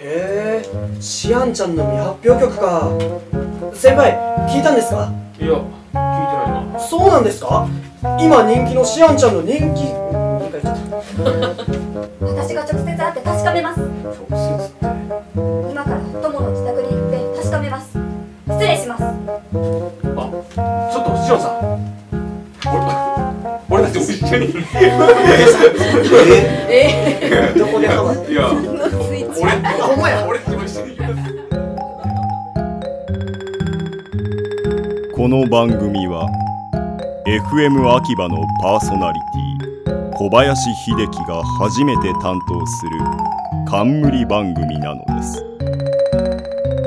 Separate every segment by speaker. Speaker 1: へえシアンちゃんの未発表曲か先輩聞いたんですか
Speaker 2: いや聞いてないな
Speaker 1: そうなんですか今人気のシアンちゃんの人気お二回言っちゃった
Speaker 3: 私が直接会って確かめます
Speaker 2: 直接って
Speaker 3: 今から友の自宅に行って確かめます失礼します
Speaker 2: あちょっとシオンさん俺俺たちも一緒に
Speaker 1: え
Speaker 4: え
Speaker 1: どこでハマって
Speaker 2: いや
Speaker 4: ー、のスイッチ
Speaker 2: 俺
Speaker 1: ほんまや
Speaker 2: 俺たちも一緒に
Speaker 5: この番組は FM 秋葉のパーソナリティ小林秀樹が初めて担当する冠番組なのです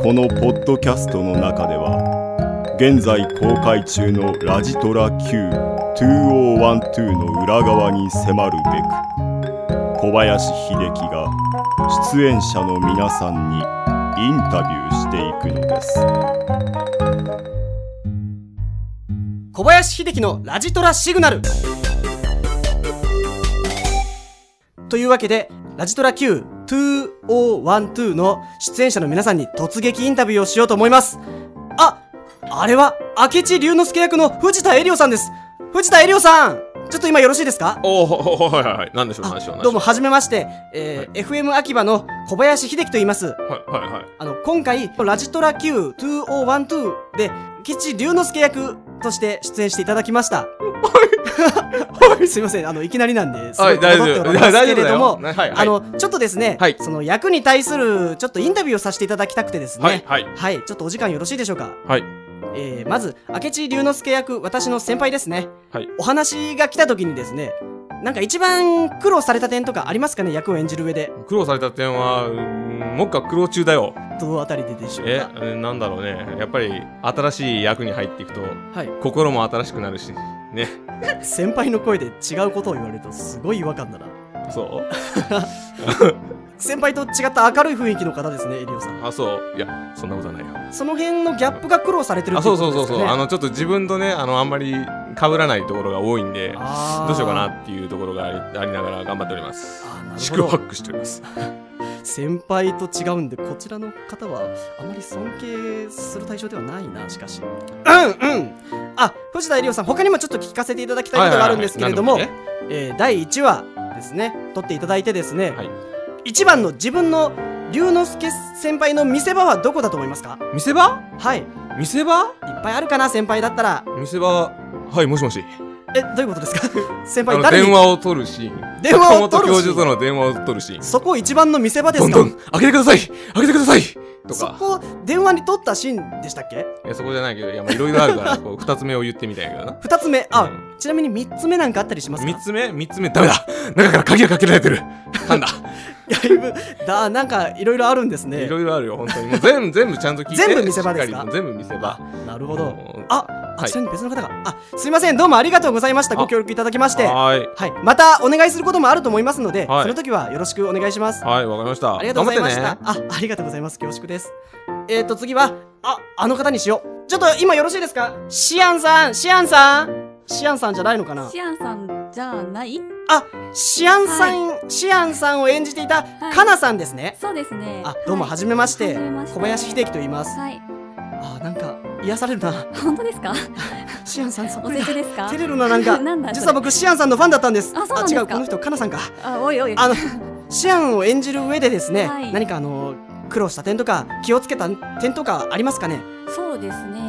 Speaker 5: このポッドキャストの中では現在公開中の「ラジトラ Q2012」の裏側に迫るべく小林秀樹が出演者の皆さんにインタビューしていくのです
Speaker 6: 小林秀樹のラジトラシグナルというわけでラジトラ Q2012 の出演者の皆さんに突撃インタビューをしようと思いますああれは明智龍之介役の藤田エリオさんです藤田エリオさんちょっと今よろしいですか
Speaker 2: おおはいはいはい何でしょう何でしょう
Speaker 6: あどうもはじめまして、えー FM 秋葉の小林秀樹と言います
Speaker 2: はいはいはい
Speaker 6: あの、今回、ラジトラ Q2012 で、吉龍之介役として出演していただきました。 はい。はい、すいません。あの、いきなりなんで、すご
Speaker 2: はいい大
Speaker 6: 戸惑
Speaker 2: 丈
Speaker 6: ってお
Speaker 2: 夫
Speaker 6: りますけ
Speaker 2: 大丈
Speaker 6: れ
Speaker 2: 夫
Speaker 6: ど
Speaker 2: だよ
Speaker 6: も、
Speaker 2: はいはい
Speaker 6: あの、ちょっとですね、
Speaker 2: はい
Speaker 6: その役に対する、ちょっとインタビューをさせていただきたくてですね、
Speaker 2: はいはい
Speaker 6: はい、ちょっとお時間よろしいでしょうか。
Speaker 2: はい
Speaker 6: えー、まず、明智龍之介役、私の先輩ですね。
Speaker 2: はい
Speaker 6: お話が来た時にですね、なんか一番苦労された点とかありますかね役を演じる上で。
Speaker 2: 苦労された点はうん目下苦労中だよ
Speaker 6: どうあたりででしょう
Speaker 2: え
Speaker 6: か。
Speaker 2: うんなんだろうねやっぱり新しい役に入っていくと
Speaker 6: はい。
Speaker 2: 心も新しくなるしね
Speaker 6: 先輩の声で違うことを言われるとすごい違和感だな
Speaker 2: そう
Speaker 6: 先輩と違った明るい雰囲気の方ですねエリオさん
Speaker 2: あそういやそんなことはないよ
Speaker 6: その辺のギャップが苦労されてる
Speaker 2: あ
Speaker 6: ってい
Speaker 2: そ
Speaker 6: こ
Speaker 2: うそ
Speaker 6: と
Speaker 2: うそ
Speaker 6: で
Speaker 2: う
Speaker 6: す
Speaker 2: そ
Speaker 6: か
Speaker 2: う、
Speaker 6: ね
Speaker 2: あのちょっと自分とねあのあんまり被らないところが多いんで
Speaker 6: あー
Speaker 2: どうしようかなっていうところがありありながら頑張っております
Speaker 6: あなる
Speaker 2: 宿
Speaker 6: ほど
Speaker 2: 泊しております
Speaker 6: 先輩と違うんでこちらの方はあまり尊敬する対象ではないなしかしうんうんあ藤田エリオさん他にもちょっと聞かせていただきたいことがあるんですけれども
Speaker 2: はいはいはい
Speaker 6: えー第1話ですね撮っていただいてですね、
Speaker 2: はい
Speaker 6: 一番の自分の龍之介先輩の見せ場はどこだと思いますか
Speaker 2: 見せ場
Speaker 6: はいいっ
Speaker 2: 見せ場
Speaker 6: ぱいあるかな先輩だったら
Speaker 2: 見せ場はいもしもし
Speaker 6: え、どういうことですか 先
Speaker 2: あ
Speaker 6: 輩、
Speaker 2: の
Speaker 6: 誰に
Speaker 2: 電話を取るシーン
Speaker 6: 電話を取るシーン
Speaker 2: 坂本教授との電話を取るシーン
Speaker 6: そこ一番の見せ場です
Speaker 2: ど
Speaker 6: か
Speaker 2: んどん開けてください開けてくださいと
Speaker 6: そ
Speaker 2: か
Speaker 6: こ、電話に取ったシーンでしたっけ
Speaker 2: いやそこじゃないけどいやまあいろいろある からこう2つ目を言ってみたいけどな
Speaker 6: 二つ目、あ
Speaker 2: う、
Speaker 6: ちなみに三つ目なんかあったりしますか
Speaker 2: 3つ目3つ目ダメだ中から鍵がかけられてるなんだ
Speaker 6: だ いぶ、だ、なんか、いろいろあるんですね。
Speaker 2: いろいろあるよ本当にもう全部全部ちゃんと聞いて
Speaker 6: 全部見せ場ですか
Speaker 2: しっり全部見せ場
Speaker 6: あ、なるほど。あ、
Speaker 2: は
Speaker 6: あ
Speaker 2: い
Speaker 6: ちらに別の方が。あ、すいません、どうもありがとうございました。
Speaker 2: あ
Speaker 6: ご協力いただきまして。は
Speaker 2: はい
Speaker 6: い、またお願いすることもあると思いますので、
Speaker 2: はい
Speaker 6: その時はよろしくお願いします。
Speaker 2: はいわかりました
Speaker 6: ありがとうございました。
Speaker 2: 頑張ってね
Speaker 6: あ、ありがとうございます。恐縮です。えーと、次は、あ、あの方にしよう。ちょっと今よろしいですかシアンさんシアンさんシアンさんじゃないのかな
Speaker 4: シアンさんじゃない
Speaker 6: あ、シアンさん、シアンさんを演じていた
Speaker 4: い
Speaker 6: カナさんですね。
Speaker 4: そうですね
Speaker 6: あ、どうも、はじめまして
Speaker 4: はじめまし。て
Speaker 6: 小林秀樹と言います。
Speaker 4: はい
Speaker 6: あ、なんか、癒される な。
Speaker 4: 本当ですか
Speaker 6: シアンさん、そっ
Speaker 4: お
Speaker 6: くり
Speaker 4: 世
Speaker 6: だ
Speaker 4: 辞。ですか。
Speaker 6: 照れるな、なんか
Speaker 4: なんだそれ
Speaker 6: 実は僕、シアンさんのファンだったんです。
Speaker 4: あそうなんですか
Speaker 6: 違う、この人、カナさんか。
Speaker 4: あおいおい
Speaker 6: あの、シアンを演じる上でですね、
Speaker 4: はい
Speaker 6: 何かあの、苦労した点とか、気をつけた点とかありますかね
Speaker 4: そうですね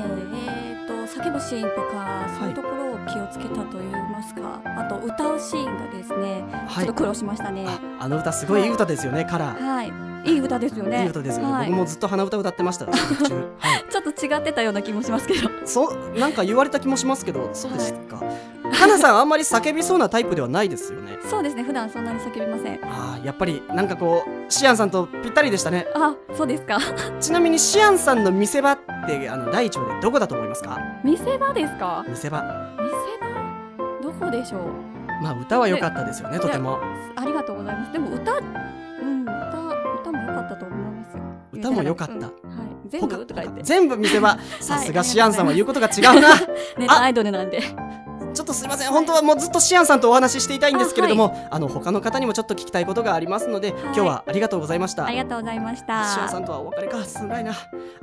Speaker 4: えっ、と叫ぶシーンとかそういうところを気をつけたと言いますか、あと歌うシーンがですねちょ
Speaker 6: は
Speaker 4: っと苦労しましたね
Speaker 6: ああの歌、すごいいい歌ですよね、カラー。
Speaker 4: はいいい歌ですよね
Speaker 6: いい歌ですよね、
Speaker 4: はい
Speaker 6: 僕もずっと鼻歌歌ってま した。途中はい
Speaker 4: ちょっと違ってたような気もしますけど
Speaker 6: そうなんか言われた気もしますけどそうですか、はなさんあんまり叫びそうなタイプではないですよね
Speaker 4: そうですね普段そんなに叫びません
Speaker 6: あーやっぱりなんかこうシアンさんとぴったりでしたね
Speaker 4: あそうですか
Speaker 6: ちなみにシアンさんの見せ場ってあの第一話でどこだと思いますか
Speaker 4: 見せ場ですか
Speaker 6: 見せ場
Speaker 4: 見せ場どこでしょう
Speaker 6: まあ歌は良かったですよねとても
Speaker 4: ありがとうございますでも歌うん歌歌も良かったと思いますよ
Speaker 6: 歌も良かった
Speaker 4: うんはい全部とか言っ
Speaker 6: 他
Speaker 4: て
Speaker 6: 全部見せ場さすがシアンさんは言うことが違うな、
Speaker 4: ネタアイドルなんで
Speaker 6: ちょっとすいません本当はもうずっとシアンさんとお話ししていたいんですけれどもあ、の他の方にもちょっと聞きたいことがありますので、今日はありがとうございました
Speaker 4: あり
Speaker 6: シ
Speaker 4: がとうございまし
Speaker 6: アン
Speaker 4: た
Speaker 6: さんとはお別れかすんいな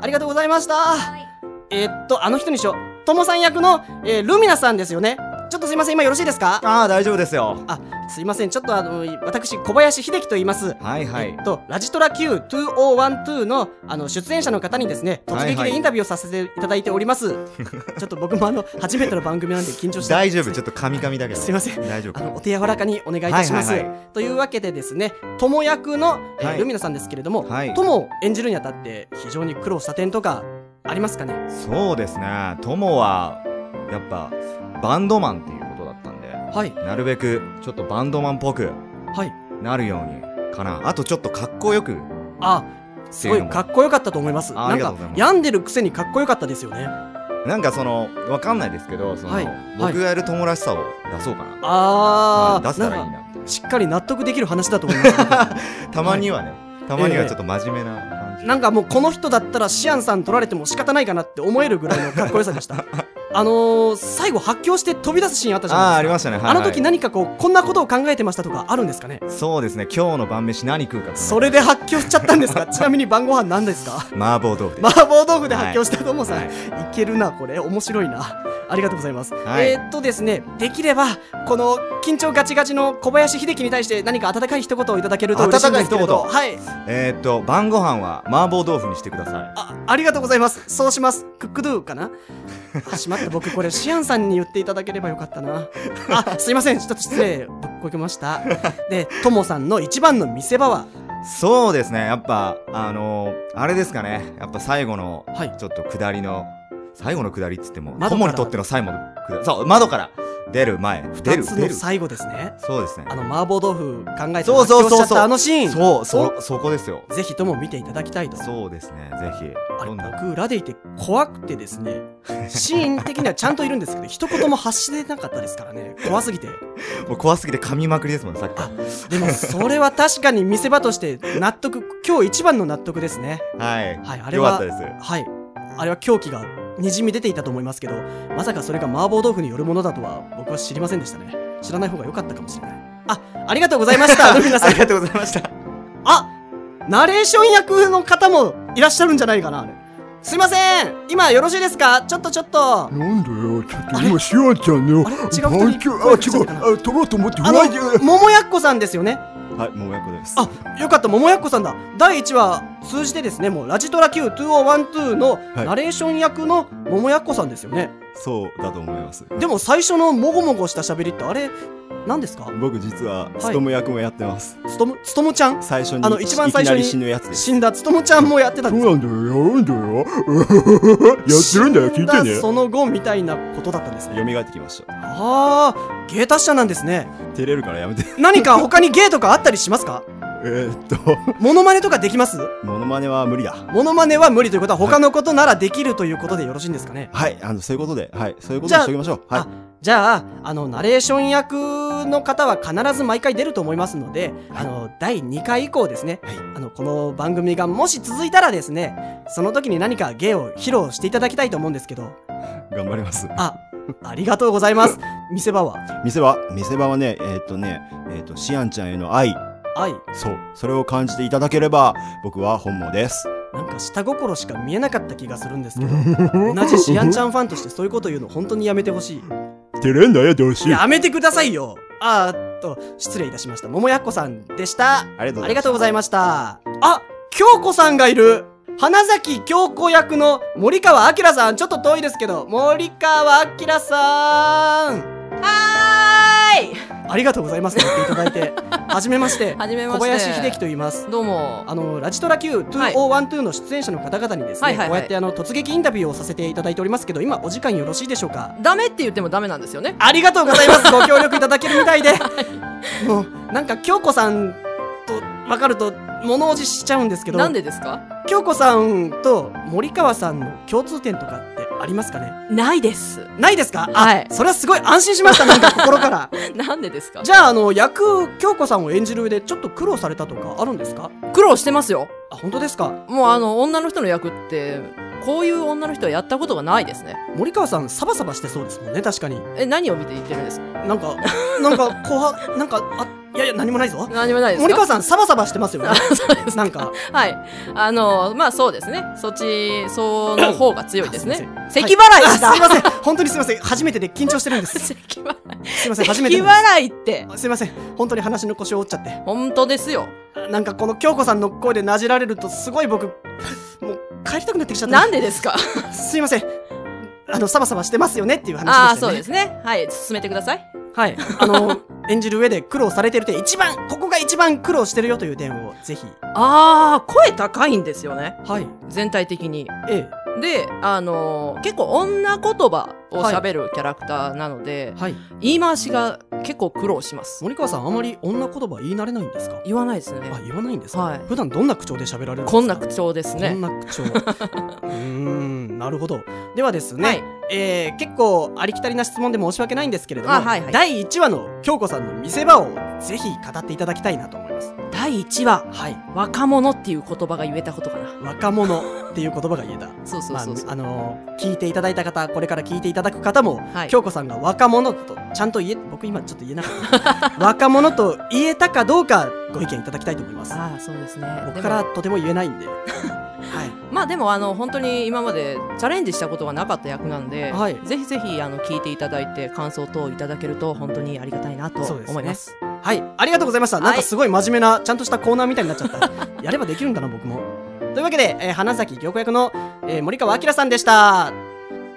Speaker 6: ありがとうございました、
Speaker 3: はい
Speaker 6: えーっとあの人にしようともさん役の、えールミナさんですよねちょっとすいません今よろしいですか
Speaker 7: ああ大丈夫ですよ
Speaker 6: あすいませんちょっとあの私小林秀樹と言います
Speaker 7: はいは
Speaker 6: え
Speaker 7: い
Speaker 6: っと、ラジトラ Q2012 のあの出演者の方にですね突撃
Speaker 7: はい
Speaker 6: で
Speaker 7: はい
Speaker 6: インタビューをさせていただいており ます、ちょっと僕もあの初めての番組なんで緊張して
Speaker 7: 大丈夫ちょっとカミカミだけど
Speaker 6: すいません
Speaker 7: 大丈夫
Speaker 6: あ
Speaker 7: か
Speaker 6: のお手柔らかにお願いいたします、
Speaker 7: はいはいは
Speaker 6: というわけでですね友役の、えー
Speaker 7: はい
Speaker 6: ルミナさんですけれども、
Speaker 7: はい
Speaker 6: 友を演じるにあたって非常に苦労した点とかありますかね
Speaker 7: そうですね友はやっぱバンドマンっていうことだったんで
Speaker 6: はい
Speaker 7: なるべくちょっとバンドマンっぽく
Speaker 6: はい
Speaker 7: なるようにかなあとちょっとかっこよく
Speaker 6: あすごいかっこよかったと思いますな
Speaker 7: ああ
Speaker 6: ん
Speaker 7: りが
Speaker 6: か
Speaker 7: とうございます
Speaker 6: 病んでるくせにかっこよかったですよね
Speaker 7: なんかそのわかんないですけどその、
Speaker 6: はいはい
Speaker 7: 僕がやる友らしさを出そうかな、
Speaker 6: あ
Speaker 7: はい
Speaker 6: ー
Speaker 7: 出せたらいい
Speaker 6: んか
Speaker 7: なみたい
Speaker 6: しっかり納得できる話だと思い ます
Speaker 7: なたまにはね、たまにはちょっと真面目な感じ、
Speaker 6: なんかもうこの人だったらシアンさん取られても仕方ないかなって思えるぐらいのかっこよさで した。あのー、最後発狂して飛び出すシーンあったじゃ
Speaker 7: ああー
Speaker 6: な
Speaker 7: あ
Speaker 6: い
Speaker 7: り
Speaker 6: ですか。
Speaker 7: ましたね、はい
Speaker 6: あの時
Speaker 7: はい
Speaker 6: 何かこうこんなことを考えてましたとかあるんですかね
Speaker 7: そうですね今日の晩飯何食うか
Speaker 6: それで発狂しちゃったん ですかちなみに晩ご飯何ですか
Speaker 7: 麻婆豆腐です、
Speaker 6: 麻婆豆腐で発狂したと思うさん、
Speaker 7: はいい、
Speaker 6: けるなこれ面白いなありがとうございます、
Speaker 7: はい
Speaker 6: えー、っとですねできればこの緊張ガチガチの小林秀樹に対して何か温かい一言をいただけると嬉しいんですけれど
Speaker 7: 温
Speaker 6: はい
Speaker 7: えー、っと晩ご飯は麻婆豆腐にしてください
Speaker 6: あありがとうございますそうしますクックドゥ かなあしまった僕これシアンさんに言っていただければよかったなあすいませんちょっと失礼ぶっこけましたでトモさんの一番の見せ場は
Speaker 7: そうですねやっぱあのー、あれですかねやっぱ最後の
Speaker 6: はい
Speaker 7: ちょっと下りの最後の下りっつっても
Speaker 6: 窓から
Speaker 7: 友にとっての最後の下りそう窓から出る前出
Speaker 6: 2
Speaker 7: る
Speaker 6: つ
Speaker 7: 出
Speaker 6: の
Speaker 7: る
Speaker 6: 最後ですね
Speaker 7: そうですね
Speaker 6: あの麻婆豆腐考えて
Speaker 7: そうそうそうそ
Speaker 6: 発狂し
Speaker 7: う
Speaker 6: ちゃったあのシーン
Speaker 7: そうそそこですよ
Speaker 6: ぜひとも見ていただきたいと
Speaker 7: そうですねぜ
Speaker 6: あ
Speaker 7: ひ
Speaker 6: れ
Speaker 7: どんどん
Speaker 6: 僕裏でいて怖くてですねシーン的にはちゃんといるんですけど一言も発してなかったですからね怖すぎて
Speaker 7: もう怖すぎて噛みまくりですもんねさっきか
Speaker 6: でもそれは確かに見せ場として納得今日一番の納得ですね
Speaker 7: らはい、
Speaker 6: はいあれ
Speaker 7: よ
Speaker 6: は
Speaker 7: かったです
Speaker 6: はいあれは狂気がにじみ出ていたと思いますけどまさかそれが麻婆豆腐によるものだとは僕は知りませんでしたね知らない方が良かったかもしれないあありがとうございました ルミナさ
Speaker 7: あ
Speaker 6: ん
Speaker 7: りがとうございました
Speaker 6: あナレーション役の方もいらっしゃるんじゃないかなあれすいません今よろしいですかちょっとちょっと
Speaker 8: なんだよ、ちょっと今、シアンちゃんの
Speaker 6: あれ違う
Speaker 8: 反
Speaker 6: 人に
Speaker 8: 響、あ、
Speaker 6: 声が来ちゃ
Speaker 8: 違
Speaker 6: っ
Speaker 8: う
Speaker 6: たな、
Speaker 8: あ取ろうと思って、う
Speaker 6: あ
Speaker 8: わいや
Speaker 6: の桃やっこさんですよね
Speaker 7: はいもうやこです
Speaker 6: あよかった桃やっこさんだ第1話通じてですねもうラジトラ Q2012 の
Speaker 7: い
Speaker 6: ナレーション役の桃やっこさんですよね、
Speaker 5: そうだと思います
Speaker 6: でも最初のもごもごした喋りってあれ何ですか
Speaker 5: 僕実は
Speaker 6: い
Speaker 5: ストム役もやってます、
Speaker 6: つとむつともちゃん
Speaker 5: 最初に
Speaker 6: あの一番最初に
Speaker 5: いきなり死ぬやつです
Speaker 6: 死んだつともちゃんもやってたん
Speaker 8: そ
Speaker 6: です
Speaker 8: うなんだよ、やるんだよ。うふふふふやってるんだよ、聞いて
Speaker 6: 死んだ
Speaker 8: ね。
Speaker 6: その後みたいなことだったんですね
Speaker 5: 蘇ってきました
Speaker 6: ああ芸達者なんですね
Speaker 5: 照れるからやめて
Speaker 6: 何か他に芸とかあったりしますか
Speaker 5: えーっと
Speaker 6: モノマネとかできます
Speaker 5: モノマネは無理だ
Speaker 6: モノマネは無理ということは他のことならできるということでよろしいんですかね
Speaker 5: はいあのそういうことではいそういうこ
Speaker 6: じ
Speaker 5: と
Speaker 6: ゃあ
Speaker 5: にしておきましょうはい
Speaker 6: あじゃああのナレーション役の方は必ず毎回出ると思いますので、あの第2回以降ですね、
Speaker 5: はい
Speaker 6: あのこの番組がもし続いたらですねその時に何か芸を披露していただきたいと思うんですけど
Speaker 5: 頑張ります
Speaker 6: あありがとうござい ます見せ場は
Speaker 5: 見せ場見せ場はねえーっとねえーっとシアンちゃんへの愛
Speaker 6: 愛
Speaker 5: そうそれを感じていただければ僕は本望です
Speaker 6: なんか下心しか見えなかった気がするんですけ ど同じシアンちゃんファンとしてそういうこと言うの本当にやめてほし
Speaker 8: 照れんなよ、どうし
Speaker 6: い
Speaker 8: よ
Speaker 6: やめてくださいよあーっと失礼いたしました桃やっこさんでした
Speaker 5: ありがとうございます
Speaker 6: ありがとうございました。あ、京子さんがいる花咲京子役の森川明さん、ちょっと遠いですけど、森川明さん
Speaker 9: はーい
Speaker 6: ありがとうございます、やっていただい て。はじめまして。
Speaker 9: はじめまして
Speaker 6: 小林秀樹と言います。
Speaker 9: どうも
Speaker 6: あの、ラジトラ Q2012 の出演者の方々にですね、
Speaker 9: はいはいはい
Speaker 6: こうやってあの突撃インタビューをさせていただいておりますけど、今お時間よろしいでしょうか
Speaker 9: ダメって言ってもダメなんですよね
Speaker 6: ありがとうござい ます。ご協力いただけるみたいで。もう、なんか京子さんと分かると物おじしちゃうんですけど。
Speaker 9: なんでですか
Speaker 6: 京子さんと森川さんの共通点とかってありますかね
Speaker 9: ないです
Speaker 6: ないですかあ
Speaker 9: はい
Speaker 6: それはすごい安心しましたなんか心から
Speaker 9: なんでですか
Speaker 6: じゃああの役京子さんを演じる上でちょっと苦労されたとかあるんですか
Speaker 9: 苦労してますよ
Speaker 6: あ本当ですか
Speaker 9: もうあの女の人の役ってこういう女の人はやったことがないですね
Speaker 6: 森川さんサバサバしてそうですもんね確かに
Speaker 9: え何を見て言ってるんですか
Speaker 6: なん かなんか後半なんかあいやいや何もないぞ
Speaker 9: 何もないですか
Speaker 6: 森川さんサバサバしてます よねなんか
Speaker 9: はい。あの、まあそうですね。そっち、その方が強いです
Speaker 6: あすい
Speaker 9: ね。
Speaker 6: ません
Speaker 9: 咳払いした。
Speaker 6: あすいません本当にすいません初めてで緊張してるんです
Speaker 9: 咳払
Speaker 6: すいません
Speaker 9: い。
Speaker 6: 初めて
Speaker 9: 咳
Speaker 6: なんです
Speaker 9: 払いって。
Speaker 6: あすいません本当に話の腰を折っちゃって
Speaker 9: 本当ですよ。
Speaker 6: あなんかこの京子さんの声でなじられるとすごい僕もう帰りたくなってきちゃった
Speaker 9: なんでですか
Speaker 6: すいませんあのサバサバしてますよねっていう
Speaker 9: あ
Speaker 6: 話で
Speaker 9: あ、
Speaker 6: した
Speaker 9: そ
Speaker 6: よ
Speaker 9: う
Speaker 6: ね
Speaker 9: ですね。はい。進めてください。
Speaker 6: はいあの演じる上で苦労されてる点一番ここが一番苦労してるよという点をぜひ
Speaker 9: ああ、声高いんですよね。
Speaker 6: はい
Speaker 9: 全体的に。
Speaker 6: え
Speaker 9: で、あの、結構女言葉を喋るキャラクターなので
Speaker 6: え、はい
Speaker 9: 言い回しが結構苦労します。
Speaker 6: 森川さんあまり女言葉言い慣れないんですか
Speaker 9: 言わないですね。
Speaker 6: あ言わないんですか、
Speaker 9: はい
Speaker 6: 普段どんな口調で喋られるんですか
Speaker 9: こんな口調です
Speaker 6: こん
Speaker 9: ね。
Speaker 6: な口調うーんなるほどではですね、
Speaker 9: はい。
Speaker 6: えー結構ありきたりな質問で申し訳ないんですけれども、
Speaker 9: あはいはい
Speaker 6: 第1話の京子さんの見せ場をぜひ語っていただきたいなと思います
Speaker 9: 第1話、
Speaker 6: はい
Speaker 9: 若者っていう言葉が言えたことかな。
Speaker 6: 若者っていう言葉が言えた
Speaker 9: そうそうそうそう。
Speaker 6: まああのー聞いていただいた方これから聞いていただく方も、
Speaker 9: はい
Speaker 6: 京子さんが若者とちゃんと言え僕今ちょっと言えなかった 若者と言えたかどうかご意見いただきたいと思います
Speaker 9: ああそうですね
Speaker 6: 僕
Speaker 9: で
Speaker 6: か
Speaker 9: も
Speaker 6: らとても言えないんでは
Speaker 9: まあでもあの本当に今までチャレンジしたことがなかった役なんで、
Speaker 6: はい
Speaker 9: ぜひぜひあの聞いていただいて感想等いただけると本当にありがたいなと
Speaker 6: そうですね
Speaker 9: 思います
Speaker 6: い、はい、ありがとうございました、
Speaker 9: はい
Speaker 6: なんかすごい真面目なちゃんとしたコーナーみたいになっちゃった やればできるんだな僕もというわけで、えー花咲京子役の、えー森川明さんでした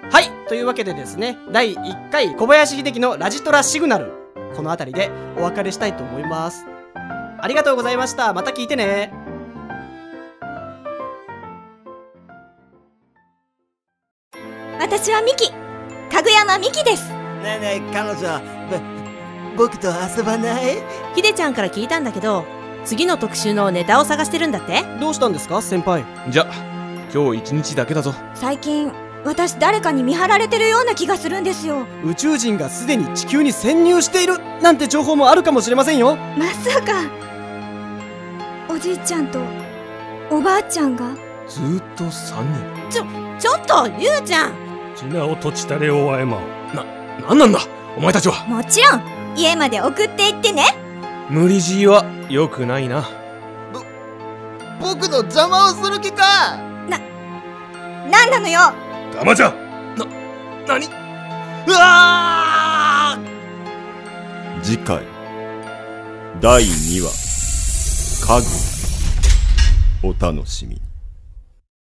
Speaker 6: はいというわけでですね第1回小林秀樹の「ラジトラシグナル」この辺りでお別れしたいと思いますありがとうございましたまた聞いてね
Speaker 3: 私はミキかぐやまミキです
Speaker 10: ねえねえ彼女ぼ僕と遊ばない
Speaker 11: ひでちゃんから聞いたんだけど次の特集のネタを探してるんだって
Speaker 6: どうしたんですか先輩
Speaker 2: じゃ今日一日だけだぞ
Speaker 3: 最近私誰かに見張られてるような気がするんですよ
Speaker 6: 宇宙人がすでに地球に潜入しているなんて情報もあるかもしれませんよ
Speaker 3: まさかおじいちゃんとおばあちゃんが
Speaker 2: ずーっと3
Speaker 11: ちょっとゆうちゃん
Speaker 2: 人なんなんだお前たちは
Speaker 3: もちろん家まで送っていってね
Speaker 2: 無理強いは良くないな
Speaker 10: 僕の邪魔をする気か
Speaker 3: なんなのよ
Speaker 2: たまちゃんな、なに
Speaker 10: うわー
Speaker 5: 次回第2話「家具」お楽しみに